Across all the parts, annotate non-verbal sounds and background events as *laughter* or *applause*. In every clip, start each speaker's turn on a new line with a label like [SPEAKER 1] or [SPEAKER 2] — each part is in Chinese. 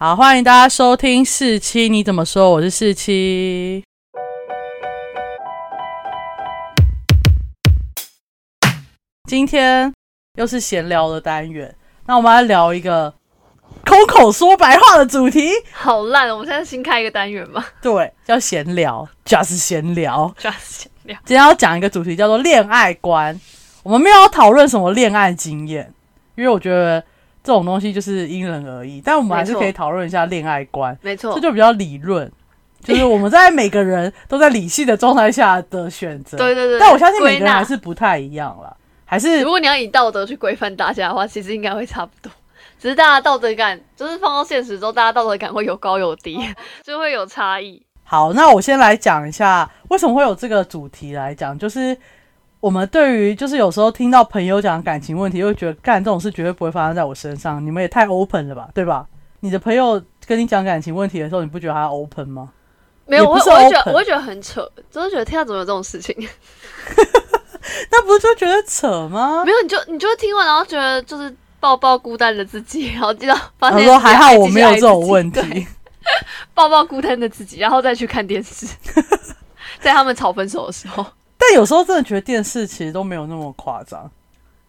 [SPEAKER 1] 好，欢迎大家收听四期，你怎么说？我是四期。今天又是闲聊的单元，那我们来聊一个空口说白话的主题，
[SPEAKER 2] 好烂！我们现在新开一个单元吧， *laughs*
[SPEAKER 1] 对，叫闲聊，just 闲聊。
[SPEAKER 2] 抓闲聊。
[SPEAKER 1] 今天要讲一个主题叫做恋爱观。我们没有要讨论什么恋爱经验，因为我觉得这种东西就是因人而异。但我们还是
[SPEAKER 2] 没错
[SPEAKER 1] 可以讨论一下恋爱观，
[SPEAKER 2] 没错
[SPEAKER 1] 这，就比较理
[SPEAKER 2] *laughs*
[SPEAKER 1] 论，就是我们在每个人都在理性的状态下的选择。
[SPEAKER 2] 对对对。
[SPEAKER 1] 但我相信每
[SPEAKER 2] 归
[SPEAKER 1] 个人
[SPEAKER 2] 纳
[SPEAKER 1] 还是不太一样啦，还是
[SPEAKER 2] 如果你要以道德去规范大家的话，其实应该会差不多。 *laughs* 只是大家道德感，就是放到现实之后，大家道德感会有高有低， *laughs* 就会有差异。
[SPEAKER 1] 好，那我先来讲一下为什么会有这个主题来讲，就是我们对于就是有时候听到朋友讲感情问题，就会觉得干这种事绝对不会发生在我身上，你们也太 open 了吧，对吧？你的朋友跟你讲感情问题的时候，你不觉得他 open 吗？
[SPEAKER 2] 没有，
[SPEAKER 1] 也
[SPEAKER 2] 我
[SPEAKER 1] 不
[SPEAKER 2] 会
[SPEAKER 1] 是
[SPEAKER 2] 我会觉
[SPEAKER 1] open
[SPEAKER 2] 得，我会觉得很扯，就是觉得天啊，怎么有这种事情？ *laughs*
[SPEAKER 1] 那不是就觉得扯吗
[SPEAKER 2] 没？有，你就你就听完，然后觉得就是抱抱孤单的自啊己， *laughs* 然后记到发
[SPEAKER 1] 他
[SPEAKER 2] 现
[SPEAKER 1] 说还好我没有这种
[SPEAKER 2] 自己
[SPEAKER 1] 问
[SPEAKER 2] 对
[SPEAKER 1] 题，
[SPEAKER 2] 抱抱孤单的自己，然后再去看电视，在他们吵分手的时候，
[SPEAKER 1] *laughs* 但有时候真的觉得电视其实都没有那么夸张。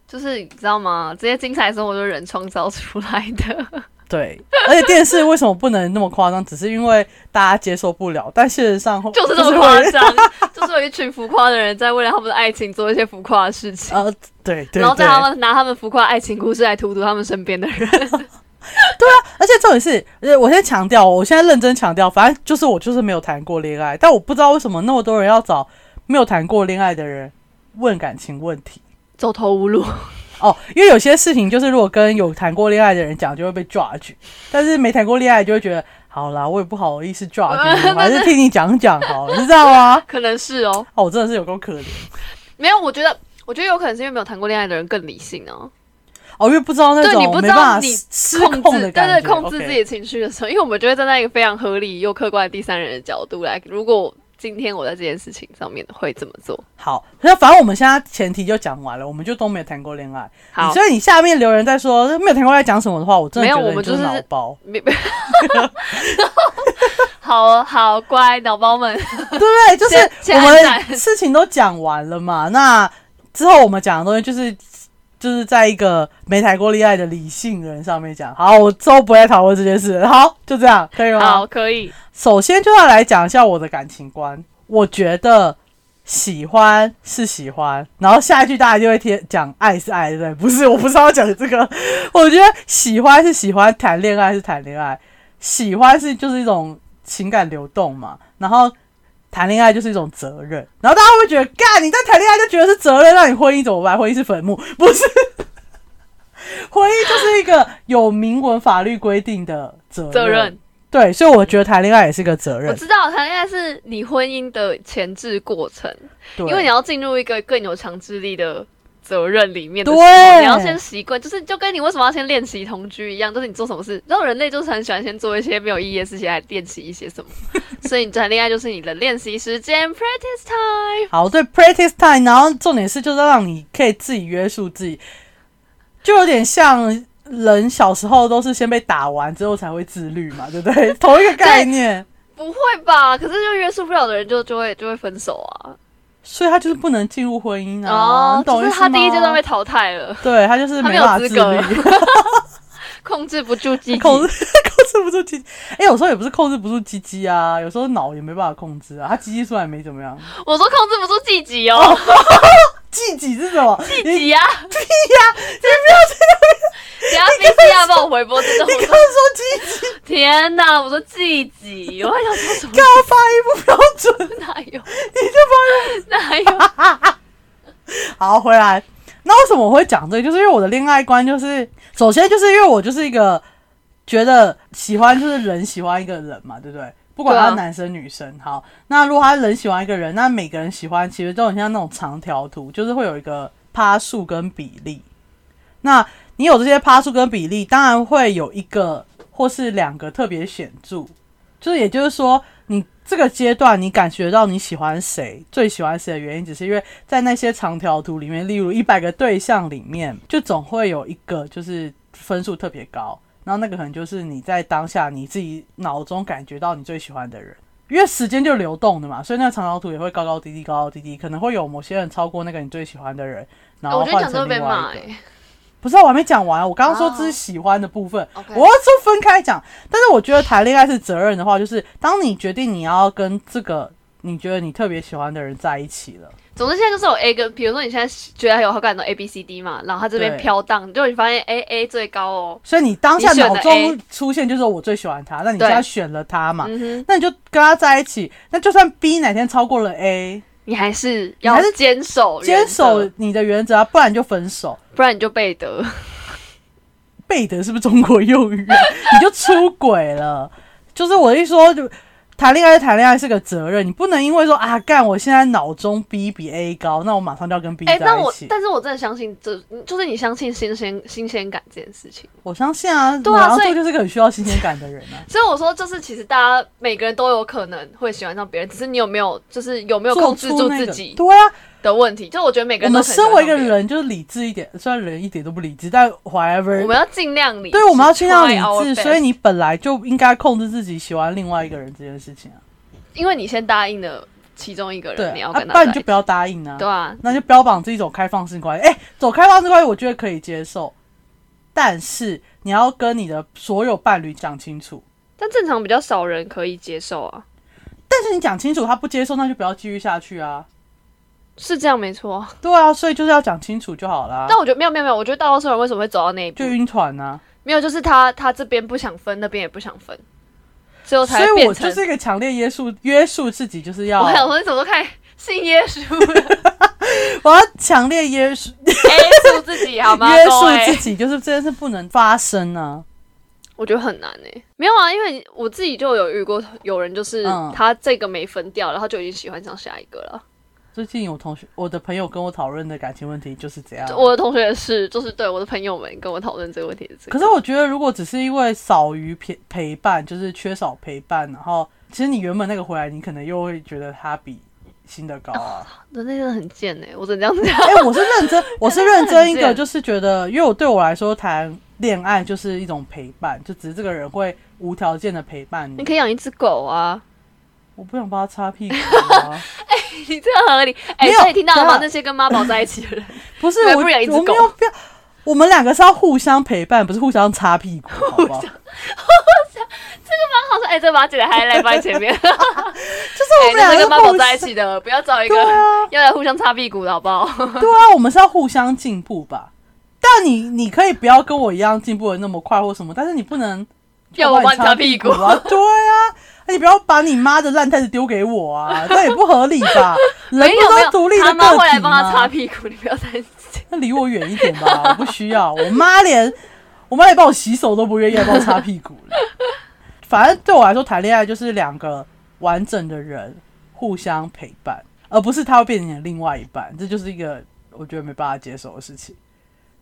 [SPEAKER 2] 就是你知道吗？这些精彩生活都是人创造出来
[SPEAKER 1] *laughs*
[SPEAKER 2] 的。
[SPEAKER 1] 对，而且电视为什么不能那么夸张？只是因为大家接受不了，但事实上会
[SPEAKER 2] 就是这么
[SPEAKER 1] 会
[SPEAKER 2] 夸张， *laughs* 就是有一群浮夸的人在为了他们的爱情做一些浮夸的事情，
[SPEAKER 1] 呃，对对，
[SPEAKER 2] 然后在
[SPEAKER 1] 对
[SPEAKER 2] 他们拿他们浮夸的爱情故事来荼毒他们身边的
[SPEAKER 1] *laughs*
[SPEAKER 2] 人。
[SPEAKER 1] 而且重点是，呃，我先强调哦，我现在认真强调，反正就是我就是没有谈过恋爱，但我不知道为什么那么多人要找没有谈过恋爱的人问感情问题
[SPEAKER 2] 走投无路，
[SPEAKER 1] 哦，因为有些事情就是如果跟有谈过恋爱的人讲，就会被 judge，但是没谈过恋爱就会觉得，好啦，我也不好意思 judge，你我还
[SPEAKER 2] *laughs*
[SPEAKER 1] 是听你讲讲好了，你知道吗？
[SPEAKER 2] 可能是哦，
[SPEAKER 1] 哦，我真的是有够可怜
[SPEAKER 2] 没有，我觉得，我觉得有可能是因为没有谈过恋爱的人更理性哦、
[SPEAKER 1] 哦，因为不知道那
[SPEAKER 2] 对
[SPEAKER 1] 种
[SPEAKER 2] 你不知
[SPEAKER 1] 没办
[SPEAKER 2] 道
[SPEAKER 1] 法
[SPEAKER 2] 你
[SPEAKER 1] 失
[SPEAKER 2] 控
[SPEAKER 1] 控的
[SPEAKER 2] 制，
[SPEAKER 1] 感觉，
[SPEAKER 2] 对对，控制
[SPEAKER 1] OK
[SPEAKER 2] 自己的情绪的时候，因为我们就会站在一个非常合理又客观的第三人的角度来，如果今天我在这件事情上面会怎么做？
[SPEAKER 1] 好，那反正我们现在前提就讲完了，我们就都没有谈过恋爱。
[SPEAKER 2] 好，
[SPEAKER 1] 所以你下面留言在说没有谈过爱讲什么的话，我真的
[SPEAKER 2] 没有
[SPEAKER 1] 觉得
[SPEAKER 2] 我
[SPEAKER 1] 你
[SPEAKER 2] 们
[SPEAKER 1] 就是
[SPEAKER 2] 就是
[SPEAKER 1] 脑包，
[SPEAKER 2] 没， *laughs* 好哦好乖，脑包们，
[SPEAKER 1] *laughs* 对不对？就是
[SPEAKER 2] 先
[SPEAKER 1] 我
[SPEAKER 2] 先按
[SPEAKER 1] *laughs* 们
[SPEAKER 2] 赞
[SPEAKER 1] 事情都讲完了嘛，那之后我们讲的东西就是就是在一个没谈过恋爱的理性人上面讲。好，我之后不会讨论这件事了。好，就这样，可以吗
[SPEAKER 2] 好，？可以，
[SPEAKER 1] 首先就要来讲一下我的感情观，我觉得。喜欢是喜欢，然后下一句大家就会贴讲爱是爱，对不对？不是，我不是要讲这个， *laughs* 我觉得喜欢是喜欢，谈恋爱是谈恋爱，喜欢是就是一种情感流动嘛，然后谈恋爱就是一种责任，然后大家会觉得，干你在谈恋爱就觉得是责任，那你婚姻怎么办？婚姻是坟墓，不是？ *laughs* 婚姻就是一个有明文法律规定的责任，
[SPEAKER 2] *laughs* 责任。
[SPEAKER 1] 对，所以我觉得谈恋爱也是个责
[SPEAKER 2] 我
[SPEAKER 1] 任，
[SPEAKER 2] 知道谈恋爱是你婚姻的前置过程，
[SPEAKER 1] 对，
[SPEAKER 2] 因为你要进入一个更有强制力的责任里面的时候，
[SPEAKER 1] 对
[SPEAKER 2] 你要先习惯，就是就跟你为什么要先练习同居一样，就是你做什么事，然后人类就是很喜欢先做一些没有意义的事情来练习一些
[SPEAKER 1] *laughs*
[SPEAKER 2] 什么，所以你谈恋爱就是你的练习时间 （practice time）。
[SPEAKER 1] 好，对，practice time，然后重点是就是要让你可以自己约束自己，就有点像人小时候都是先被打完之后才会自律嘛，对不
[SPEAKER 2] *laughs*
[SPEAKER 1] 对？同一个概念，
[SPEAKER 2] 不会吧？可是就约束不了的人就就会就会分手啊。
[SPEAKER 1] 所以他就是不能进入婚姻啊，
[SPEAKER 2] 哦
[SPEAKER 1] 你，懂
[SPEAKER 2] 就
[SPEAKER 1] 我意
[SPEAKER 2] 是
[SPEAKER 1] 思
[SPEAKER 2] 他第一
[SPEAKER 1] 吗
[SPEAKER 2] 阶段被淘汰了，
[SPEAKER 1] 对他就是
[SPEAKER 2] 他没
[SPEAKER 1] 没
[SPEAKER 2] 有
[SPEAKER 1] 办法
[SPEAKER 2] 资
[SPEAKER 1] 自
[SPEAKER 2] 格
[SPEAKER 1] 律，
[SPEAKER 2] *laughs* 控制不住自己。
[SPEAKER 1] *laughs* 控制 *laughs* 控制不住鸡鸡，哎、有时候也不是控制不住鸡鸡啊，有时候脑也没办法控制啊，他鸡鸡虽然没怎么样，
[SPEAKER 2] 我说控制不住自己 *laughs* 哦，
[SPEAKER 1] 鸡鸡是什么？
[SPEAKER 2] 自
[SPEAKER 1] 你 *laughs*
[SPEAKER 2] 己呀、
[SPEAKER 1] 屁呀、
[SPEAKER 2] *laughs* 等下 B C 要帮我回播这
[SPEAKER 1] 你
[SPEAKER 2] 种
[SPEAKER 1] 刚。刚说鸡鸡，
[SPEAKER 2] 天哪！我说自己，我还想说什么？
[SPEAKER 1] 干嘛发音不标准？
[SPEAKER 2] 哪有？
[SPEAKER 1] 你这帮人。
[SPEAKER 2] *laughs* 哪有？
[SPEAKER 1] 好，回来。那为什么我会讲这个？就是因为我的恋爱观就是，首先就是因为我就是一个觉得喜欢就是人喜欢一个人嘛，对不对？不管
[SPEAKER 2] 对
[SPEAKER 1] 他
[SPEAKER 2] 啊
[SPEAKER 1] 男生女生，好，那如果他人喜欢一个人，那每个人喜欢其实都很像那种长条图，就是会有一个趴数跟比例。那你有这些趴数跟比例，当然会有一个或是两个特别显著，就是也就是说，你这个阶段你感觉到你喜欢谁，最喜欢谁的原因，只是因为在那些长条图里面，例如一百个对象里面，就总会有一个就是分数特别高，然后那个可能就是你在当下你自己脑中感觉到你最喜欢的人，因为时间就流动的嘛，所以那个长条图也会高高低低，高高低低，可能会有某些人超过那个你最喜欢的人，然后
[SPEAKER 2] 哎我觉得
[SPEAKER 1] 换
[SPEAKER 2] 讲都
[SPEAKER 1] 成
[SPEAKER 2] 会被
[SPEAKER 1] 另
[SPEAKER 2] 骂
[SPEAKER 1] 外
[SPEAKER 2] 哎、
[SPEAKER 1] 一个。不是啊，我还没讲完啊，我刚刚说
[SPEAKER 2] 哦
[SPEAKER 1] 这是喜欢的部分，
[SPEAKER 2] OK，
[SPEAKER 1] 我要说分开讲，但是我觉得谈恋爱是责任的话，就是当你决定你要跟这个你觉得你特别喜欢的人在一起了，
[SPEAKER 2] 总之现在就是有 A 跟，比如说你现在觉得有好感的 A B C D 嘛，然后他这边
[SPEAKER 1] 对
[SPEAKER 2] 飘荡，就你发现 A A 最高哦，
[SPEAKER 1] 所以你当下
[SPEAKER 2] 你选了
[SPEAKER 1] 脑中出现就是我最喜欢他，那你
[SPEAKER 2] 对
[SPEAKER 1] 现在选了他嘛，
[SPEAKER 2] 嗯哼，
[SPEAKER 1] 那你就跟他在一起，那就算 B 哪天超过了 A，
[SPEAKER 2] 你还是
[SPEAKER 1] 你还
[SPEAKER 2] 要
[SPEAKER 1] 是
[SPEAKER 2] 坚守
[SPEAKER 1] 坚守
[SPEAKER 2] 哦原则，
[SPEAKER 1] 你的原则啊，不然你就分手。
[SPEAKER 2] 不然你就被得。
[SPEAKER 1] 背的是不是中国用语啊？你就出轨了。就是我一说，就谈恋爱谈恋爱是个责任，你不能因为说啊，干我现在脑中 B 比 A 高，那我马上就要跟 B 在
[SPEAKER 2] 哎、但
[SPEAKER 1] 一
[SPEAKER 2] 我
[SPEAKER 1] 起。
[SPEAKER 2] 但是我真的相信这，就是你相信新鲜新鲜感这件事情。
[SPEAKER 1] 我相信啊，
[SPEAKER 2] 对啊
[SPEAKER 1] 然后
[SPEAKER 2] 所以
[SPEAKER 1] 这就是个很需要新鲜感的人啊。
[SPEAKER 2] 所以我说，就是其实大家每个人都有可能会喜欢上别人，只是你有没有，就是有 *laughs* 没有
[SPEAKER 1] 做
[SPEAKER 2] 控制
[SPEAKER 1] 出
[SPEAKER 2] 住
[SPEAKER 1] 那
[SPEAKER 2] 自
[SPEAKER 1] 个
[SPEAKER 2] 己
[SPEAKER 1] 对啊，
[SPEAKER 2] 的问题。就我觉得每
[SPEAKER 1] 我
[SPEAKER 2] 个人都
[SPEAKER 1] 们
[SPEAKER 2] 可能喜
[SPEAKER 1] 身
[SPEAKER 2] 欢上
[SPEAKER 1] 为一个
[SPEAKER 2] 别人，
[SPEAKER 1] 人，就是理智一点，虽然人一点都不理智，但 whatever，
[SPEAKER 2] 我们要尽量理，
[SPEAKER 1] 对，我们要
[SPEAKER 2] 去
[SPEAKER 1] 尽量理智，所以你本来就应该控制自己喜欢另外一个人这件事情啊。
[SPEAKER 2] 因为你先答应了其中一个
[SPEAKER 1] 对
[SPEAKER 2] 人，你
[SPEAKER 1] 啊，
[SPEAKER 2] 要
[SPEAKER 1] 啊
[SPEAKER 2] 跟
[SPEAKER 1] 不
[SPEAKER 2] 他
[SPEAKER 1] 然
[SPEAKER 2] 在
[SPEAKER 1] 你
[SPEAKER 2] 一
[SPEAKER 1] 就
[SPEAKER 2] 起，
[SPEAKER 1] 不要答应啊。
[SPEAKER 2] 对啊，
[SPEAKER 1] 那就标榜自己走开放式关系。哎、走开放式关系我觉得可以接受，但是你要跟你的所有伴侣讲清楚。
[SPEAKER 2] 但正常比较少人可以接受啊，
[SPEAKER 1] 但是你讲清楚，他不接受，那就不要继续下去啊。
[SPEAKER 2] 是这样没错。
[SPEAKER 1] 对啊，所以就是要讲清楚就好啦
[SPEAKER 2] 但。我觉得没有没有没有，我觉得大多数人为什么会走到那一步
[SPEAKER 1] 就，晕船啊，
[SPEAKER 2] 没有就是他他这边不想分，那边也不想分，最后才
[SPEAKER 1] 所以
[SPEAKER 2] 变
[SPEAKER 1] 我
[SPEAKER 2] 成。
[SPEAKER 1] 就是一个强烈约束约束自己，就是要
[SPEAKER 2] 我还想说你怎么都开始信耶稣了
[SPEAKER 1] 我要强烈约束
[SPEAKER 2] 耶稣自己好
[SPEAKER 1] *laughs*
[SPEAKER 2] 吗？
[SPEAKER 1] 约
[SPEAKER 2] 各位
[SPEAKER 1] 束自己，就是这件事不能发生啊。
[SPEAKER 2] 我觉得很难诶、没有啊，因为我自己就有遇过有人，就是
[SPEAKER 1] 嗯
[SPEAKER 2] 他这个没分掉，然后就已经喜欢上下一个了。
[SPEAKER 1] 最近有同学，我的朋友跟我讨论的感情问题就是这样。
[SPEAKER 2] 我的同学也是，就是对我的朋友们跟我讨论这个问题是这
[SPEAKER 1] 可
[SPEAKER 2] 个。
[SPEAKER 1] 是我觉得，如果只是因为少于陪陪伴，就是缺少陪伴，然后其实你原本那个回来，你可能又会觉得他比新的高啊。
[SPEAKER 2] 人类真的很贱欸诶、我只能这样子讲。
[SPEAKER 1] *laughs* 哎、我是认真，我是认真一个，
[SPEAKER 2] 很贱
[SPEAKER 1] 就是觉得，因为我对我来说谈恋爱就是一种陪伴，就只是这个人会无条件的陪伴
[SPEAKER 2] 你
[SPEAKER 1] 你。
[SPEAKER 2] 可以养一只狗啊， *laughs*
[SPEAKER 1] 我不想帮他擦屁股、啊，
[SPEAKER 2] 你这样合理。哎、
[SPEAKER 1] 没有
[SPEAKER 2] 所以听到了
[SPEAKER 1] 等
[SPEAKER 2] 吗？
[SPEAKER 1] 下
[SPEAKER 2] 那些跟妈宝在一起的人，
[SPEAKER 1] 不是
[SPEAKER 2] 我也
[SPEAKER 1] 我，
[SPEAKER 2] 不
[SPEAKER 1] 我没
[SPEAKER 2] 养一只
[SPEAKER 1] 有
[SPEAKER 2] 狗
[SPEAKER 1] 必要。我们两个是要互相陪伴，不是互相擦屁股，好
[SPEAKER 2] *laughs*
[SPEAKER 1] 不好？
[SPEAKER 2] 啊他说：“哎、这把它剪的还来放在前
[SPEAKER 1] *laughs*
[SPEAKER 2] 面。哎
[SPEAKER 1] 就是我”们两个
[SPEAKER 2] 那跟
[SPEAKER 1] 是
[SPEAKER 2] 妈宝
[SPEAKER 1] 互
[SPEAKER 2] 在一
[SPEAKER 1] 相
[SPEAKER 2] 起的，不要找一个
[SPEAKER 1] 对啊。
[SPEAKER 2] 要来互相擦屁股的好不好？
[SPEAKER 1] 对啊，我们是要互相进步吧。但你你可以不要跟我一样进步的那么快或什么，但是你不能
[SPEAKER 2] 要我
[SPEAKER 1] 我
[SPEAKER 2] 帮你擦
[SPEAKER 1] 擦
[SPEAKER 2] 屁股
[SPEAKER 1] 股啊！对啊，你不要把你妈的烂摊子丢给我啊，这也不合理吧？人
[SPEAKER 2] *laughs* 没有
[SPEAKER 1] 不
[SPEAKER 2] 没
[SPEAKER 1] 都
[SPEAKER 2] 有，
[SPEAKER 1] 是独立
[SPEAKER 2] 他
[SPEAKER 1] 的
[SPEAKER 2] 妈
[SPEAKER 1] 个
[SPEAKER 2] 会来
[SPEAKER 1] 体
[SPEAKER 2] 帮他擦
[SPEAKER 1] 吗？
[SPEAKER 2] 屁股，你不要担心。
[SPEAKER 1] 那离我远一点吧，我不需要。我妈连我妈连帮我洗手都不愿意，还帮我擦屁股了。反正对我来说，谈恋爱就是两个完整的人互相陪伴，而不是他会变成你的另外一半。这就是一个我觉得没办法接受的事情。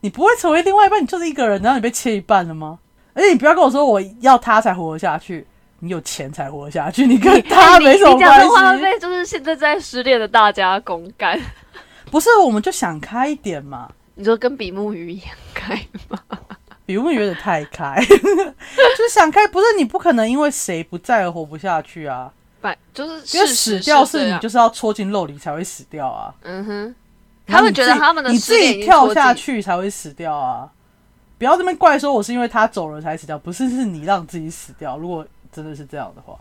[SPEAKER 1] 你不会成为另外一半，你就是一个人，然后你被切一半了吗？而且你不要跟我说我要他才活得下去，你有钱才活得下去，你跟他
[SPEAKER 2] 哎你
[SPEAKER 1] 没什么
[SPEAKER 2] 你讲
[SPEAKER 1] 关
[SPEAKER 2] 这话会
[SPEAKER 1] 系。
[SPEAKER 2] 被就是现在在失恋的大家公干。
[SPEAKER 1] 不是，我们就想开一点嘛。
[SPEAKER 2] 你说跟比目鱼一样开吗？
[SPEAKER 1] 比问有点太开， *laughs* 就是想开，不是你不可能因为谁不在而活不下去啊，
[SPEAKER 2] 反就是啊
[SPEAKER 1] 因为
[SPEAKER 2] 事
[SPEAKER 1] 死
[SPEAKER 2] 实
[SPEAKER 1] 掉
[SPEAKER 2] 这
[SPEAKER 1] 是你
[SPEAKER 2] 样
[SPEAKER 1] 就是要戳进肉里才会死掉啊，
[SPEAKER 2] 嗯哼，
[SPEAKER 1] 然
[SPEAKER 2] 他
[SPEAKER 1] 后
[SPEAKER 2] 们
[SPEAKER 1] 你
[SPEAKER 2] 觉
[SPEAKER 1] 自
[SPEAKER 2] 得
[SPEAKER 1] 己
[SPEAKER 2] 他们的
[SPEAKER 1] 你
[SPEAKER 2] 失
[SPEAKER 1] 自
[SPEAKER 2] 恋已
[SPEAKER 1] 己
[SPEAKER 2] 经
[SPEAKER 1] 跳
[SPEAKER 2] 戳
[SPEAKER 1] 下
[SPEAKER 2] 进，
[SPEAKER 1] 去才会死掉啊，不要这边怪说我是因为他走了才死掉，不是是你让自己死掉，如果真的是这样的话，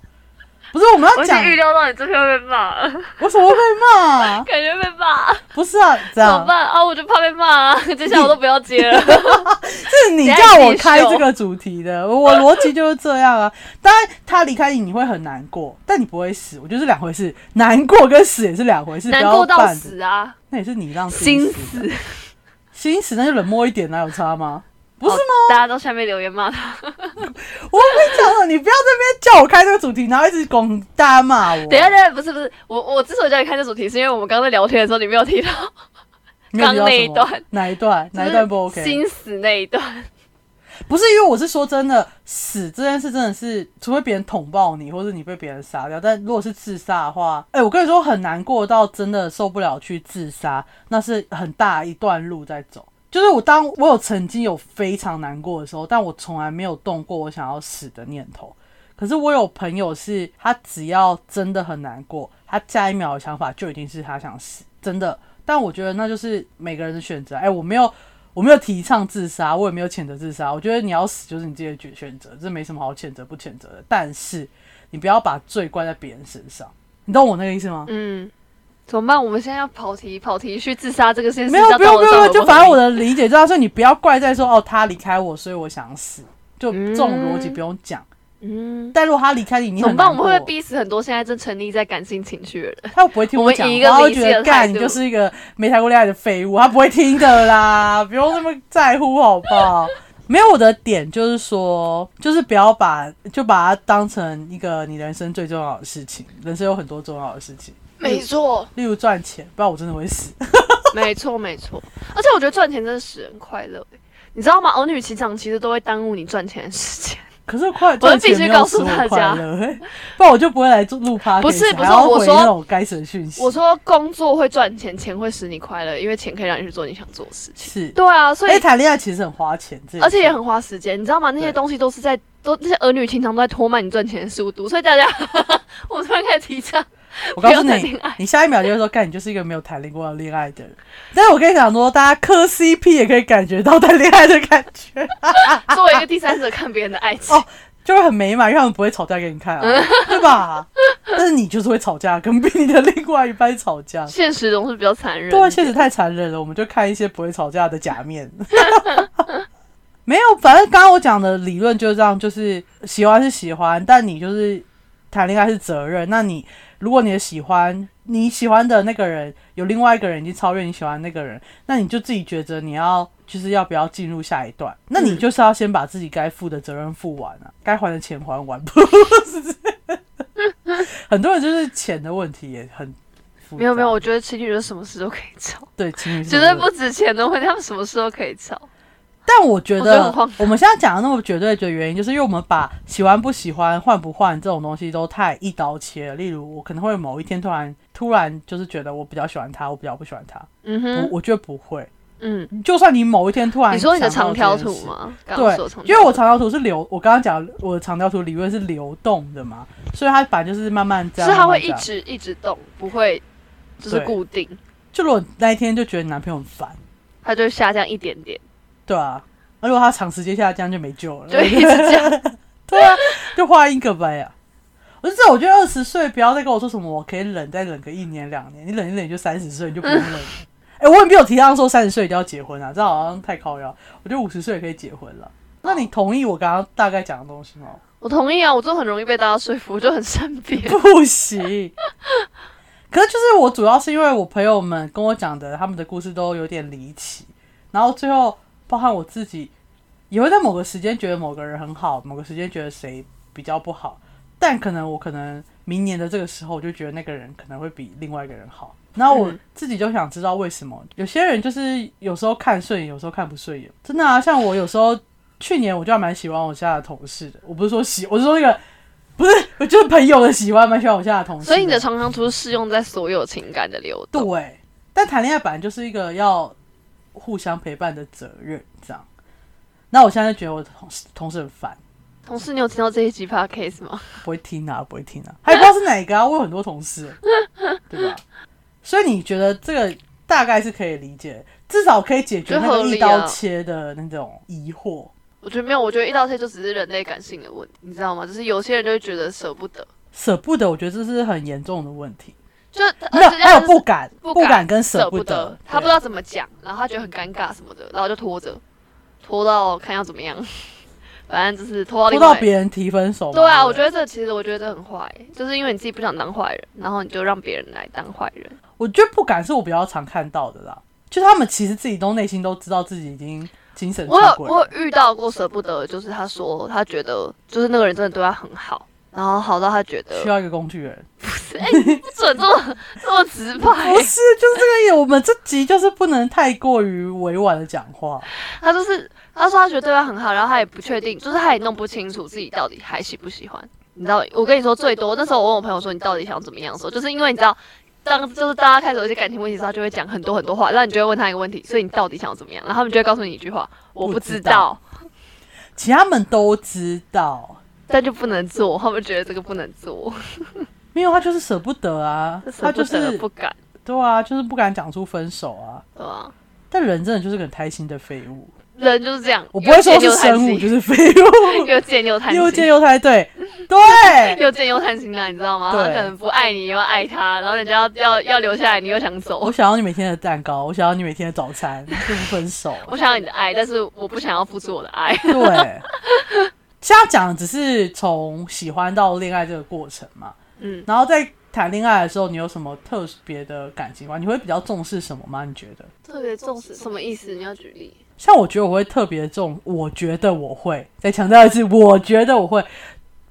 [SPEAKER 1] 不是我们
[SPEAKER 2] 我
[SPEAKER 1] 要
[SPEAKER 2] 已经
[SPEAKER 1] 讲
[SPEAKER 2] 预料到你这篇会被骂，
[SPEAKER 1] 为什么会被骂啊、
[SPEAKER 2] 感觉被骂，怎
[SPEAKER 1] 不是啊，这
[SPEAKER 2] 么
[SPEAKER 1] 样
[SPEAKER 2] 办啊？我就怕被骂啊， *laughs* 接下来我都不要接了。
[SPEAKER 1] 是 *laughs* 你
[SPEAKER 2] 等下哦
[SPEAKER 1] 叫
[SPEAKER 2] 你
[SPEAKER 1] 我
[SPEAKER 2] 自己
[SPEAKER 1] 开
[SPEAKER 2] 秀
[SPEAKER 1] 这个主题的，我逻辑就是这样啊。当然，他离开你，你会很难过，但你不会死。我觉得是两回事，难过跟死也是两回事，不
[SPEAKER 2] 难
[SPEAKER 1] 要
[SPEAKER 2] 过到
[SPEAKER 1] 办的。
[SPEAKER 2] 死啊，
[SPEAKER 1] 那也是你让自己死
[SPEAKER 2] 心死
[SPEAKER 1] 的，。心死那就冷漠一点，哪有差吗？不是
[SPEAKER 2] 好
[SPEAKER 1] 吗？
[SPEAKER 2] 哦大家都下面留言骂他。
[SPEAKER 1] 我跟你讲了，你不要这边叫我开这个主题，然后一直拱大家骂我。
[SPEAKER 2] 等一下，等一下，不是不是，我我之所以叫你看这主题，是因为我们刚刚在聊天的时候，你没有提到
[SPEAKER 1] 你有提到
[SPEAKER 2] 刚那一
[SPEAKER 1] 什么
[SPEAKER 2] 段，
[SPEAKER 1] 哪一段？ *laughs* 哪一段不 OK？
[SPEAKER 2] 心死那一段，
[SPEAKER 1] 不是因为我是说真的，死这件事真的是，除非别人捅爆你，或者你被别人杀掉，但如果是自杀的话，哎、我跟你说很难过到真的受不了去自杀，那是很大一段路在走。就是我当我有曾经有非常难过的时候，但我从来没有动过我想要死的念头。可是我有朋友是，他只要真的很难过，他下一秒的想法就一定是他想死，真的。但我觉得那就是每个人的选择。哎、我没有，我没有提倡自杀，我也没有谴责自杀。我觉得你要死就是你自己的决选择，这没什么好谴责不谴责的。但是你不要把罪怪在别人身上，你懂我那个意思吗？
[SPEAKER 2] 嗯，怎么办？我们现在要跑题，跑题去自杀这个现实
[SPEAKER 1] 没有，
[SPEAKER 2] 到
[SPEAKER 1] 不用
[SPEAKER 2] 道
[SPEAKER 1] 不
[SPEAKER 2] 德
[SPEAKER 1] 用，不用
[SPEAKER 2] 上合不
[SPEAKER 1] 就反正
[SPEAKER 2] 合
[SPEAKER 1] 我
[SPEAKER 2] 理
[SPEAKER 1] 的理解就是，所以你不要怪在说哦，他离开我，所以我想死，就这种逻辑不用讲。
[SPEAKER 2] 嗯。
[SPEAKER 1] 但如果他离开你，你
[SPEAKER 2] 怎
[SPEAKER 1] 很
[SPEAKER 2] 么办？我
[SPEAKER 1] 难
[SPEAKER 2] 们会
[SPEAKER 1] 过
[SPEAKER 2] 逼死很多现在正沉溺在感性情绪的人。
[SPEAKER 1] 他又不会听
[SPEAKER 2] 我们
[SPEAKER 1] 讲
[SPEAKER 2] 以一
[SPEAKER 1] 话，
[SPEAKER 2] 个
[SPEAKER 1] 他会
[SPEAKER 2] 理
[SPEAKER 1] 觉
[SPEAKER 2] 性
[SPEAKER 1] 得
[SPEAKER 2] 的态
[SPEAKER 1] 干你
[SPEAKER 2] 度
[SPEAKER 1] 就是一个没谈过恋爱的废物，他不会听的啦，不用那么在乎好不好？ *laughs* 没有我的点就是说，就是不要把就把它当成一个你人生最重要的事情，人生有很多重要的事情，
[SPEAKER 2] 没错，
[SPEAKER 1] 例如赚钱，不然我真的会死。
[SPEAKER 2] 嗯没错，没错。而且我觉得赚钱真的使人快乐、欸你知道吗？儿女情长其实都会耽误你赚钱的时间。
[SPEAKER 1] 可是快赚
[SPEAKER 2] 必须
[SPEAKER 1] 钱没有
[SPEAKER 2] 告诉
[SPEAKER 1] 使我
[SPEAKER 2] 大
[SPEAKER 1] 快
[SPEAKER 2] 家
[SPEAKER 1] 乐，不然我就不会来做录 p o d
[SPEAKER 2] 不是不是我
[SPEAKER 1] 回
[SPEAKER 2] 说
[SPEAKER 1] 那种该死的讯息。
[SPEAKER 2] 我说工作会赚钱，钱会使你快乐，因为钱可以让你去做你想做的事情。
[SPEAKER 1] 是，
[SPEAKER 2] 对啊，所
[SPEAKER 1] 而
[SPEAKER 2] 以
[SPEAKER 1] 且谈恋爱其实很花钱，这
[SPEAKER 2] 而且也
[SPEAKER 1] 哎是
[SPEAKER 2] 很花时间，你知道吗？那些
[SPEAKER 1] 对
[SPEAKER 2] 东西都是在都那些儿女情长都在拖慢你赚钱的速度，所以大家， *laughs* 我突然开始提倡，
[SPEAKER 1] 我告诉
[SPEAKER 2] 不要再恋
[SPEAKER 1] 你
[SPEAKER 2] 爱，
[SPEAKER 1] 你下一秒就会说，干，你就是一个没有谈过恋爱的人。但是我跟你讲说，大家磕 CP 也可以感觉到谈恋爱的感觉， *laughs*
[SPEAKER 2] 作为一个第三者看别人的爱情。
[SPEAKER 1] 啊哦就会很美满，因为他们不会吵架给你看啊，对吧？但是你就是会吵架，跟 *laughs* 你的另外一半吵架。
[SPEAKER 2] 现实总是比较残忍。
[SPEAKER 1] 对啊，确实太残忍了。我们就看一些不会吵架的假面。 *laughs* 没有，反正刚刚我讲的理论就是这样，就是喜欢是喜欢，但你就是谈恋爱是责任。那你如果你的喜欢，你喜欢的那个人有另外一个人已经超越你喜欢的那个人，那你就自己觉得你要就是要不要进入下一段，那你
[SPEAKER 2] 嗯
[SPEAKER 1] 就是要先把自己该负的责任负完啊，该还的钱还完， *laughs* 不是？很多人就是钱的问题也很复杂。
[SPEAKER 2] 没有没有，我觉得情侣人什么事都可以吵，
[SPEAKER 1] 对情侣是
[SPEAKER 2] 绝
[SPEAKER 1] 很
[SPEAKER 2] 对
[SPEAKER 1] 多
[SPEAKER 2] 不值钱的问题，他们什么事都可以吵。
[SPEAKER 1] 但我觉
[SPEAKER 2] 我觉得
[SPEAKER 1] 得
[SPEAKER 2] 很荒
[SPEAKER 1] 我们现在讲的那么绝对的原因，就是因为我们把喜欢不喜欢、换不换这种东西都太一刀切了。例如，我可能会某一天突然突然就是觉得我比较喜欢他，我比较不喜欢他。
[SPEAKER 2] 嗯
[SPEAKER 1] 我
[SPEAKER 2] 哼，
[SPEAKER 1] 我觉得不会，
[SPEAKER 2] 嗯，
[SPEAKER 1] 就算你某一天突然
[SPEAKER 2] 你说你的
[SPEAKER 1] 想到
[SPEAKER 2] 长条
[SPEAKER 1] 这件
[SPEAKER 2] 图
[SPEAKER 1] 事？
[SPEAKER 2] 吗？刚刚
[SPEAKER 1] 对
[SPEAKER 2] 说的长，
[SPEAKER 1] 因为我
[SPEAKER 2] 条
[SPEAKER 1] 长条图是流，我刚刚讲我的长条图理论是流动的嘛，所以它本来就是慢慢这
[SPEAKER 2] 图
[SPEAKER 1] 样，
[SPEAKER 2] 是它
[SPEAKER 1] 慢慢
[SPEAKER 2] 会
[SPEAKER 1] 这
[SPEAKER 2] 一
[SPEAKER 1] 样
[SPEAKER 2] 直一直动，不会就是
[SPEAKER 1] 对
[SPEAKER 2] 固定，
[SPEAKER 1] 就如果那一天就觉得你男朋友很烦，
[SPEAKER 2] 它就会下降一点点，
[SPEAKER 1] 对啊，那如果他长时间下来这样就没救了，
[SPEAKER 2] 就一直
[SPEAKER 1] *laughs*
[SPEAKER 2] 这样。
[SPEAKER 1] 对啊，就换一个呗、啊。我是这，我觉得二十岁不要再跟我说什么，我可以忍，再忍个一年两年，你忍一忍就三十岁，你就不用忍了。哎、我也没有提倡说三十岁一定要结婚啊，这好像太靠腰。我觉得五十岁也可以结婚了。那你同意我刚刚大概讲的东西吗？
[SPEAKER 2] 我同意啊，我就很容易被大家说服，我就很善变。
[SPEAKER 1] *laughs* 不行。可是就是我主要是因为我朋友们跟我讲的，他们的故事都有点离奇，然后最后包含我自己，也会在某个时间觉得某个人很好，某个时间觉得谁比较不好，但可能我可能明年的这个时候，我就觉得那个人可能会比另外一个人好。然后我
[SPEAKER 2] 嗯
[SPEAKER 1] 自己就想知道为什么有些人就是有时候看顺眼，有时候看不顺眼。真的啊，像我有时候去年我就还蛮喜欢我现在的同事的，我不是说喜，我是说那个不是，我就是朋友的喜欢，蛮喜欢我现在的同事。
[SPEAKER 2] 所以你的长长图是适用在所有情感的流动。
[SPEAKER 1] 对，但谈恋爱本来就是一个要互相陪伴的责任，这样。那我现在就觉得我的同事同事很烦，
[SPEAKER 2] 同事，你有听到这一集 podcast 吗？ *laughs*
[SPEAKER 1] 不会听啊，不会听啊，还不知道是哪个啊，我有很多同事， *laughs* 对吧？所以你觉得这个大概是可以理解，至少可以解决那
[SPEAKER 2] 就合
[SPEAKER 1] 个
[SPEAKER 2] 理啊
[SPEAKER 1] 一刀切的那种疑惑。
[SPEAKER 2] 我觉得没有，我觉得一刀切就只是人类感性的问题，你知道吗？就是有些人就会觉得舍不得，
[SPEAKER 1] 舍不得，我觉得这是很严重的问题。
[SPEAKER 2] 呃就
[SPEAKER 1] 没有，
[SPEAKER 2] 而且
[SPEAKER 1] 还有不
[SPEAKER 2] 就是
[SPEAKER 1] 敢、
[SPEAKER 2] 不
[SPEAKER 1] 不
[SPEAKER 2] 敢
[SPEAKER 1] 敢跟舍
[SPEAKER 2] 舍
[SPEAKER 1] 不
[SPEAKER 2] 得
[SPEAKER 1] 得，，
[SPEAKER 2] 他
[SPEAKER 1] 对
[SPEAKER 2] 不知道怎么讲，然后他觉得很尴尬什么的，然后就拖着，拖到看要怎么样， *laughs* 反正就是拖到
[SPEAKER 1] 拖
[SPEAKER 2] 另
[SPEAKER 1] 到
[SPEAKER 2] 外。
[SPEAKER 1] 别人提分手嘛。
[SPEAKER 2] 对啊，我
[SPEAKER 1] 不
[SPEAKER 2] 觉得这其实我觉得这很坏，就是因为你自己不想当坏人，然后你就让别人来当坏人。
[SPEAKER 1] 我觉得不敢是我比较常看到的啦，就他们其实自己都内心都知道自己已经精神出
[SPEAKER 2] 我有
[SPEAKER 1] 轨
[SPEAKER 2] 我
[SPEAKER 1] 了，
[SPEAKER 2] 有遇到过舍不得，就是他说他觉得就是那个人真的对他很好，然后好到他觉得
[SPEAKER 1] 需要一个工具人。
[SPEAKER 2] *laughs* 哎、你不准这么这么直 *laughs* 白
[SPEAKER 1] 不。是，就是这个，我们这集就是不能太过于委婉的讲话。
[SPEAKER 2] 他就是他说他觉得对他很好，然后他也不确定，就是他也弄不清楚自己到底还喜不喜欢。你知道，我跟你说最多那时候我问我朋友说你到底想怎么样的时候，就是因为你知道当就是大家开始有一些感情问题的时候，他就会讲很多很多话，然后你就会问他一个问题，所以你到底想要怎么样？然后他们就会告诉你一句话：我不知道，
[SPEAKER 1] 其实他们都知道，
[SPEAKER 2] 但就不能做。他们觉得这个不能做，
[SPEAKER 1] 没有他就是舍不得啊，他就
[SPEAKER 2] 舍不
[SPEAKER 1] 是
[SPEAKER 2] 得不敢，
[SPEAKER 1] 对啊，就是不敢讲出分手啊。
[SPEAKER 2] 对 *laughs* 吧？
[SPEAKER 1] 但人真的就是个很贪心的废物，
[SPEAKER 2] 人就是这样，
[SPEAKER 1] 我不会说是
[SPEAKER 2] 又贱又贪
[SPEAKER 1] 生物，
[SPEAKER 2] 心
[SPEAKER 1] 就是废物，
[SPEAKER 2] 又贱 *laughs* 又贪
[SPEAKER 1] 又贱
[SPEAKER 2] 心，
[SPEAKER 1] 又太对，对，
[SPEAKER 2] *laughs* 又贱又贪心啊，你知道吗？
[SPEAKER 1] 对
[SPEAKER 2] 他可能不爱你，又要爱他，然后人家要要要留下来，你又想走
[SPEAKER 1] 我。想要你每天的蛋糕，我想要你每天的早餐，就是分手。
[SPEAKER 2] 我想要你的爱，但是我不想要付出我的爱。
[SPEAKER 1] 对，现在讲的只是从喜欢到恋爱这个过程嘛，
[SPEAKER 2] *laughs* 嗯，
[SPEAKER 1] 然后在谈恋爱的时候，你有什么特别的感情观？你会比较重视什么吗？你觉得？
[SPEAKER 2] 特别重视什么意思？你要举例。
[SPEAKER 1] 像我觉得我会特别重，我觉得我会再强调一次，我觉得我会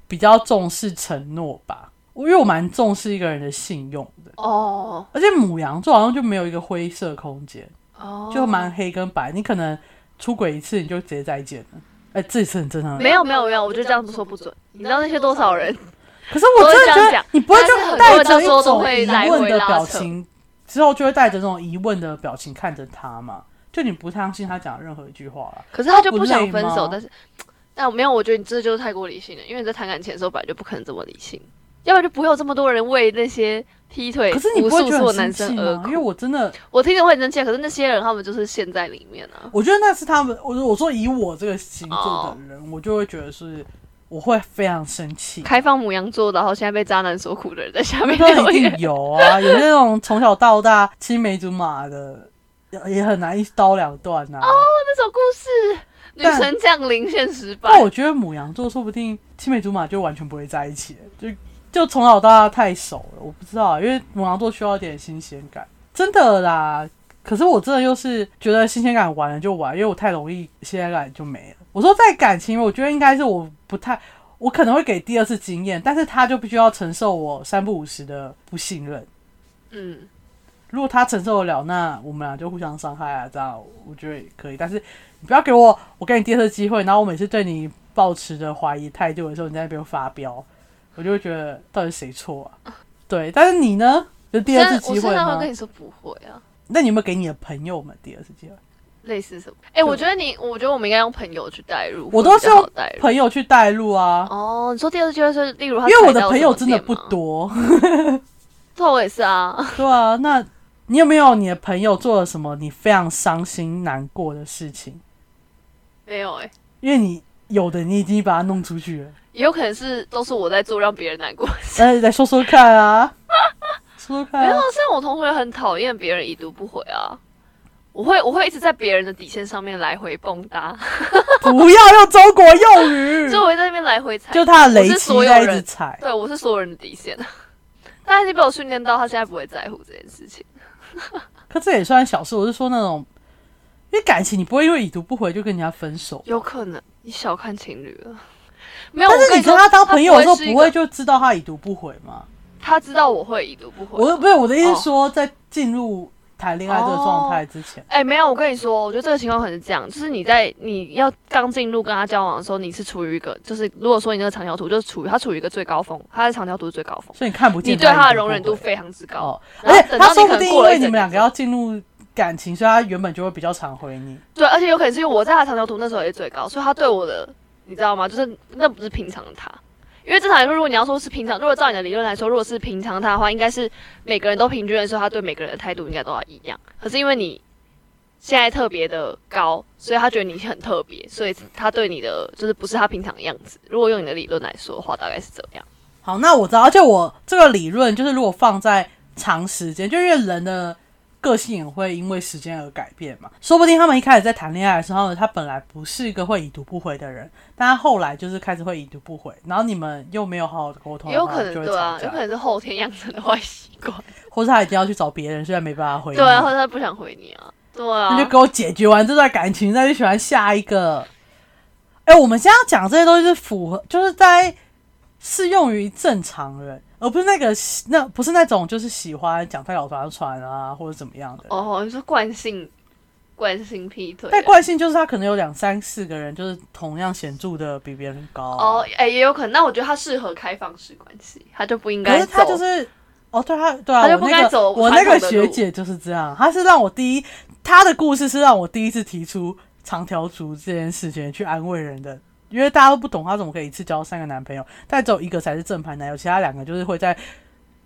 [SPEAKER 1] 比较重视承诺吧，因为我蛮重视一个人的信用的，
[SPEAKER 2] 哦
[SPEAKER 1] 而且母羊座好像就没有一个灰色空间，
[SPEAKER 2] 哦，
[SPEAKER 1] 就蛮黑跟白，你可能出轨一次你就直接再见了。哎、这也是很正常的。
[SPEAKER 2] 没有没有没有，我觉得这样子说不准。你知道那些多少人？
[SPEAKER 1] 可是我真的
[SPEAKER 2] 我会这
[SPEAKER 1] 觉
[SPEAKER 2] 样
[SPEAKER 1] 得
[SPEAKER 2] 讲
[SPEAKER 1] 你不会
[SPEAKER 2] 但是
[SPEAKER 1] 就
[SPEAKER 2] 很
[SPEAKER 1] 带
[SPEAKER 2] 多
[SPEAKER 1] 着
[SPEAKER 2] 人
[SPEAKER 1] 一
[SPEAKER 2] 到时候都
[SPEAKER 1] 种
[SPEAKER 2] 会
[SPEAKER 1] 疑
[SPEAKER 2] 来
[SPEAKER 1] 问
[SPEAKER 2] 回
[SPEAKER 1] 的
[SPEAKER 2] 拉
[SPEAKER 1] 表
[SPEAKER 2] 扯
[SPEAKER 1] 情，之后就会带着这种疑问的表情看着他嘛，就你不相信他讲任何一句话了。啊
[SPEAKER 2] *laughs* 可是他就不
[SPEAKER 1] 他
[SPEAKER 2] 想
[SPEAKER 1] 不累
[SPEAKER 2] 分
[SPEAKER 1] 吗
[SPEAKER 2] 手，但是但没有，我觉得你这就是太过理性了，因为你在谈感情的时候本来就不可能这么理性，要不然就不会有这么多人为那些劈腿
[SPEAKER 1] 可是你不
[SPEAKER 2] 无
[SPEAKER 1] 会
[SPEAKER 2] 数
[SPEAKER 1] 觉得
[SPEAKER 2] 数
[SPEAKER 1] 很
[SPEAKER 2] 男
[SPEAKER 1] 生气
[SPEAKER 2] 生而
[SPEAKER 1] 吗？因为
[SPEAKER 2] 哭。
[SPEAKER 1] 我真的
[SPEAKER 2] 我听着会很生气，可是那些人他们就是陷在里面啊。
[SPEAKER 1] 我觉得那是他们，我我说以我这个星座的人我就会觉得是我会非常生气。
[SPEAKER 2] 开放母羊座的，然后现在被渣男所苦的人在下面
[SPEAKER 1] 那
[SPEAKER 2] 留
[SPEAKER 1] 一
[SPEAKER 2] 言，
[SPEAKER 1] 定有
[SPEAKER 2] *laughs*
[SPEAKER 1] 啊，有那种从小到大青梅竹马的，也也很难一刀两断啊。
[SPEAKER 2] 那种故事，女
[SPEAKER 1] 但
[SPEAKER 2] 神降临现实版
[SPEAKER 1] 但，我觉得母羊座说不定青梅竹马就完全不会在一起，就就从小到大太熟了，我不知道啊，因为母羊座需要一点新鲜感，真的啦。可是我真的又是觉得新鲜感完了就完，因为我太容易新鲜感就没了。我说在感情，我觉得应该是我不太，我可能会给第二次经验，但是他就必须要承受我三不五时的不信任。
[SPEAKER 2] 嗯，
[SPEAKER 1] 如果他承受得了，那我们俩就互相伤害啊，这样我觉得也可以。但是你不要给我，我给你第二次机会，然后我每次对你抱持着怀疑态度的时候，你在那边发飙，我就会觉得到底谁错啊？对，但是你呢？就第二次
[SPEAKER 2] 哦我
[SPEAKER 1] 机
[SPEAKER 2] 现
[SPEAKER 1] 会
[SPEAKER 2] 在
[SPEAKER 1] 吗
[SPEAKER 2] 会跟？你说不会啊。
[SPEAKER 1] 那你有没有给你的朋友们第二次机会？
[SPEAKER 2] 呃类似什么？哎、我觉得你，我觉得我们应该用朋友去代入，
[SPEAKER 1] 我都是用
[SPEAKER 2] 会比较好代入。
[SPEAKER 1] 朋友去带路啊，
[SPEAKER 2] 哦，你说第二次机会是，例如他
[SPEAKER 1] 因为我
[SPEAKER 2] 踩
[SPEAKER 1] 的
[SPEAKER 2] 到
[SPEAKER 1] 朋
[SPEAKER 2] 什么
[SPEAKER 1] 友真的
[SPEAKER 2] 点
[SPEAKER 1] 不
[SPEAKER 2] 吗， *laughs*
[SPEAKER 1] 多。
[SPEAKER 2] 对，我也是啊。 *laughs*
[SPEAKER 1] 对啊，那你有没有你的朋友做了什么你非常伤心难过的事情？
[SPEAKER 2] 没有哎、
[SPEAKER 1] 因为你有的你已经把他弄出去了。
[SPEAKER 2] 也有可能是都是我在做让别人难过的事。
[SPEAKER 1] 哎来来说说看啊，说说
[SPEAKER 2] 没
[SPEAKER 1] 看、
[SPEAKER 2] 有
[SPEAKER 1] 啊，，
[SPEAKER 2] 像我同学很讨厌别人已读不回啊，我会我会一直在别人的底线上面来回蹦跶，
[SPEAKER 1] 不要用中国用语，
[SPEAKER 2] *laughs* 就我会在那边来回踩。
[SPEAKER 1] 嗯就他的雷
[SPEAKER 2] 我是
[SPEAKER 1] 期
[SPEAKER 2] 所有
[SPEAKER 1] 在一直
[SPEAKER 2] 人
[SPEAKER 1] 踩，
[SPEAKER 2] 对我是所有人的底线， *laughs* 但他已经被我训练到，他现在不会在乎这件事情。
[SPEAKER 1] 可这也算小事。我是说那种，因为感情你不会因为已读不回就跟人家分手，
[SPEAKER 2] 有可能你小看情侣了，没有。
[SPEAKER 1] 但
[SPEAKER 2] 我
[SPEAKER 1] 是
[SPEAKER 2] 跟
[SPEAKER 1] 你
[SPEAKER 2] 说
[SPEAKER 1] 跟他当朋友的时候，
[SPEAKER 2] 他是一
[SPEAKER 1] 不
[SPEAKER 2] 个
[SPEAKER 1] 会就知道他已读不回吗？
[SPEAKER 2] 他知道我会已读不回。
[SPEAKER 1] 我不是我的意思
[SPEAKER 2] 哦
[SPEAKER 1] 是说，在进入谈恋爱这个状态之前，
[SPEAKER 2] 哎、没有，我跟你说，我觉得这个情况可能是这样，就是你在你要刚进入跟他交往的时候，你是处于一个，就是如果说你那个长条图就是处于他处于一个最高峰，他的长条图是最高峰，
[SPEAKER 1] 所以你看不
[SPEAKER 2] 你
[SPEAKER 1] 见
[SPEAKER 2] 对他
[SPEAKER 1] 他
[SPEAKER 2] 的
[SPEAKER 1] 已读不
[SPEAKER 2] 容
[SPEAKER 1] 回
[SPEAKER 2] 忍度非常之高。
[SPEAKER 1] 哦，
[SPEAKER 2] 然后
[SPEAKER 1] 而且
[SPEAKER 2] 等到
[SPEAKER 1] 他
[SPEAKER 2] 你
[SPEAKER 1] 说不
[SPEAKER 2] 可能
[SPEAKER 1] 定因
[SPEAKER 2] 过了
[SPEAKER 1] 为
[SPEAKER 2] 一
[SPEAKER 1] 你
[SPEAKER 2] 整
[SPEAKER 1] 们两个
[SPEAKER 2] 年
[SPEAKER 1] 要进入感情，所以他原本就会比较常回你。
[SPEAKER 2] 对，而且有可能是因为我在他长条图那时候也最高，所以他对我的，你知道吗？就是那不是平常的他。因为正常来说，如果你要说是平常，如果照你的理论来说，如果是平常他的话，应该是每个人都平均的时候，他对每个人的态度应该都要一样。可是因为你现在特别的高，所以他觉得你很特别，所以他对你的就是不是他平常的样子。如果用你的理论来说的话，大概是这样。
[SPEAKER 1] 好，那我知道，而且我这个理论就是，如果放在长时间，就因为人的个性也会因为时间而改变嘛。说不定他们一开始在谈恋爱的时候，他本来不是一个会已读不回的人，但他后来就是开始会已读不回，然后你们又没有好好的沟通，
[SPEAKER 2] 也有可能
[SPEAKER 1] 然后就会
[SPEAKER 2] 对啊
[SPEAKER 1] 吵，架
[SPEAKER 2] 有可能是后天养成的坏习惯。
[SPEAKER 1] 或是他已经要去找别人，虽然没办法回你，
[SPEAKER 2] 对啊，或者他不想回你啊。对
[SPEAKER 1] 那
[SPEAKER 2] 啊
[SPEAKER 1] 就，给我解决完这段感情，再去喜欢下一个。哎、我们现在讲这些东西是符合，就是在适用于正常人，而不是那个那不是那种就是喜欢讲太老船船啊或者怎么样的。
[SPEAKER 2] 哦，你说惯性惯性劈腿啊，
[SPEAKER 1] 但惯性就是他可能有两三四个人，就是同样显著的比别人高。
[SPEAKER 2] 哦哦，哎、也有可能。那我觉得他适合开放式关系，他就不应
[SPEAKER 1] 可
[SPEAKER 2] 该
[SPEAKER 1] 是
[SPEAKER 2] 走。
[SPEAKER 1] 他就是哦，对他，对啊，
[SPEAKER 2] 他就
[SPEAKER 1] 我
[SPEAKER 2] 不
[SPEAKER 1] 那
[SPEAKER 2] 该
[SPEAKER 1] 个
[SPEAKER 2] 走
[SPEAKER 1] 我那
[SPEAKER 2] 传
[SPEAKER 1] 个
[SPEAKER 2] 统的
[SPEAKER 1] 学
[SPEAKER 2] 路
[SPEAKER 1] 姐就是这样，她是让我第一，她的故事是让我第一次提出长条族这件事情去安慰人的，因为大家都不懂她怎么可以一次交三个男朋友，但只有一个才是正牌男友，其他两个就是会在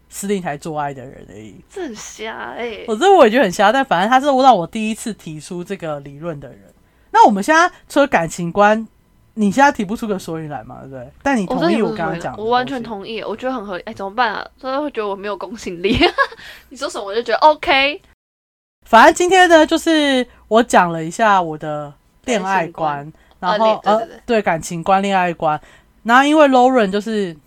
[SPEAKER 1] 司令台做爱的人而已。
[SPEAKER 2] 这很瞎哎、
[SPEAKER 1] 我这我也觉得很瞎，但反正他是让我第一次提出这个理论的人。那我们现在除了感情观，你现在提不出个所以然嘛，对不对？但你
[SPEAKER 2] 我真
[SPEAKER 1] 同
[SPEAKER 2] 的
[SPEAKER 1] 意
[SPEAKER 2] 不
[SPEAKER 1] 我
[SPEAKER 2] 是
[SPEAKER 1] 刚
[SPEAKER 2] 很
[SPEAKER 1] 刚讲的，
[SPEAKER 2] 我完全。同意，我觉得很合理。哎、怎么办啊？大家会觉得我没有公信力。 *laughs* 你说什么我就觉得 OK。
[SPEAKER 1] 反正今天呢，就是我讲了一下我的恋爱观，然后、
[SPEAKER 2] 啊对对对
[SPEAKER 1] 呃，对感情观、恋爱观。然后因为 Lauren 就是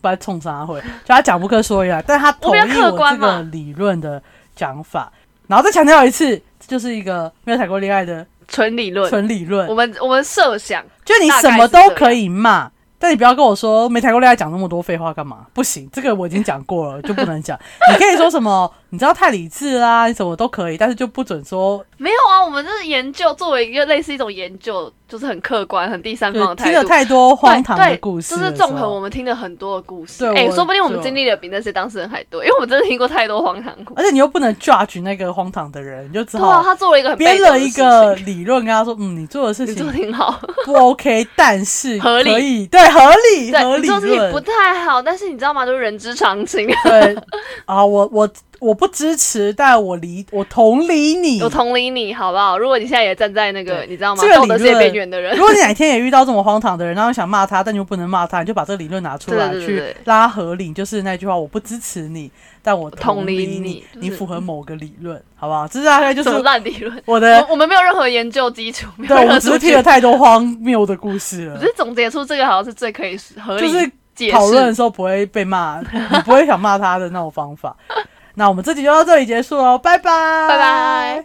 [SPEAKER 1] 不来冲啥会，就他讲不可所以然，但他同
[SPEAKER 2] 我比
[SPEAKER 1] 意
[SPEAKER 2] 较客
[SPEAKER 1] 我这
[SPEAKER 2] 观嘛
[SPEAKER 1] 个理论的讲法。然后再强调一次，这就是一个没有谈过恋爱的
[SPEAKER 2] 纯理论，
[SPEAKER 1] 纯理论
[SPEAKER 2] 我。们我们设想，
[SPEAKER 1] 就你什么都可以骂，但你不要跟我说没谈过恋爱讲那么多废话干嘛？不行，这个我已经讲过了，就不能讲。你可以说什么，你知道太理智啦，你什么都可以，但是就不准说，
[SPEAKER 2] 没有啊，我们这是研究，作为一个类似一种研究，就是很客观、很第三
[SPEAKER 1] 就
[SPEAKER 2] 方的
[SPEAKER 1] 听
[SPEAKER 2] 态
[SPEAKER 1] 了
[SPEAKER 2] 度。
[SPEAKER 1] 太多荒唐
[SPEAKER 2] 对
[SPEAKER 1] 的
[SPEAKER 2] 对
[SPEAKER 1] 故事
[SPEAKER 2] 就
[SPEAKER 1] 的时候，
[SPEAKER 2] 是综合我们听了很多的故事，
[SPEAKER 1] 对
[SPEAKER 2] 哎、
[SPEAKER 1] 我
[SPEAKER 2] 说不定我们
[SPEAKER 1] 就
[SPEAKER 2] 经历的比那些当事人还多，因为我们真的听过太多荒唐故事。
[SPEAKER 1] 而且你又不能 judge 那个荒唐的哦人，你就只
[SPEAKER 2] 对啊，
[SPEAKER 1] 好
[SPEAKER 2] 他做了一个很被
[SPEAKER 1] 编
[SPEAKER 2] 动的
[SPEAKER 1] 了
[SPEAKER 2] 事
[SPEAKER 1] 一
[SPEAKER 2] 情
[SPEAKER 1] 个，理论跟他说，嗯，你做的事
[SPEAKER 2] 你做的
[SPEAKER 1] 情
[SPEAKER 2] 挺好，
[SPEAKER 1] 不
[SPEAKER 2] *laughs*
[SPEAKER 1] OK，但是
[SPEAKER 2] 合理
[SPEAKER 1] 可以，对，合理，合
[SPEAKER 2] 对，你
[SPEAKER 1] 理
[SPEAKER 2] 做的事情
[SPEAKER 1] 论
[SPEAKER 2] 不 *laughs* 太好，但是你知道吗？就是人之常情，
[SPEAKER 1] 对啊，我我我不支持，但我理我同理你，
[SPEAKER 2] 我同理你，好不好？如果你现在也站在那个
[SPEAKER 1] 对
[SPEAKER 2] 你知道吗
[SPEAKER 1] 这个
[SPEAKER 2] 道德
[SPEAKER 1] 理
[SPEAKER 2] 界
[SPEAKER 1] 论
[SPEAKER 2] 边缘的人，
[SPEAKER 1] 如果你哪天也遇到这么荒唐的人，然后你想骂他，但你又不能骂他，你就把这个理论拿出来
[SPEAKER 2] 对对对对
[SPEAKER 1] 去拉合理，就是那句话：我不支持你，但我同
[SPEAKER 2] 同
[SPEAKER 1] 理
[SPEAKER 2] 理
[SPEAKER 1] 你
[SPEAKER 2] 你，
[SPEAKER 1] 你
[SPEAKER 2] 就是嗯
[SPEAKER 1] 符合某个理论，好不好？这大概就
[SPEAKER 2] *laughs* 什么
[SPEAKER 1] 是
[SPEAKER 2] 烂理论？
[SPEAKER 1] 我的
[SPEAKER 2] 我，我们没有任何研究基础，没有
[SPEAKER 1] *laughs* 对我
[SPEAKER 2] 任
[SPEAKER 1] 们
[SPEAKER 2] *laughs* 何
[SPEAKER 1] 只是
[SPEAKER 2] 数
[SPEAKER 1] 听
[SPEAKER 2] 据
[SPEAKER 1] 了，太多荒谬的故事了
[SPEAKER 2] 只，是总结出这个好像是最可以合
[SPEAKER 1] 就
[SPEAKER 2] 理
[SPEAKER 1] 是
[SPEAKER 2] 解
[SPEAKER 1] 讨论的
[SPEAKER 2] 释。
[SPEAKER 1] 时候不会被
[SPEAKER 2] *laughs*
[SPEAKER 1] 骂，你不会想骂他的那种方法。那我们这集就到这里结束喽，拜拜，
[SPEAKER 2] 拜拜。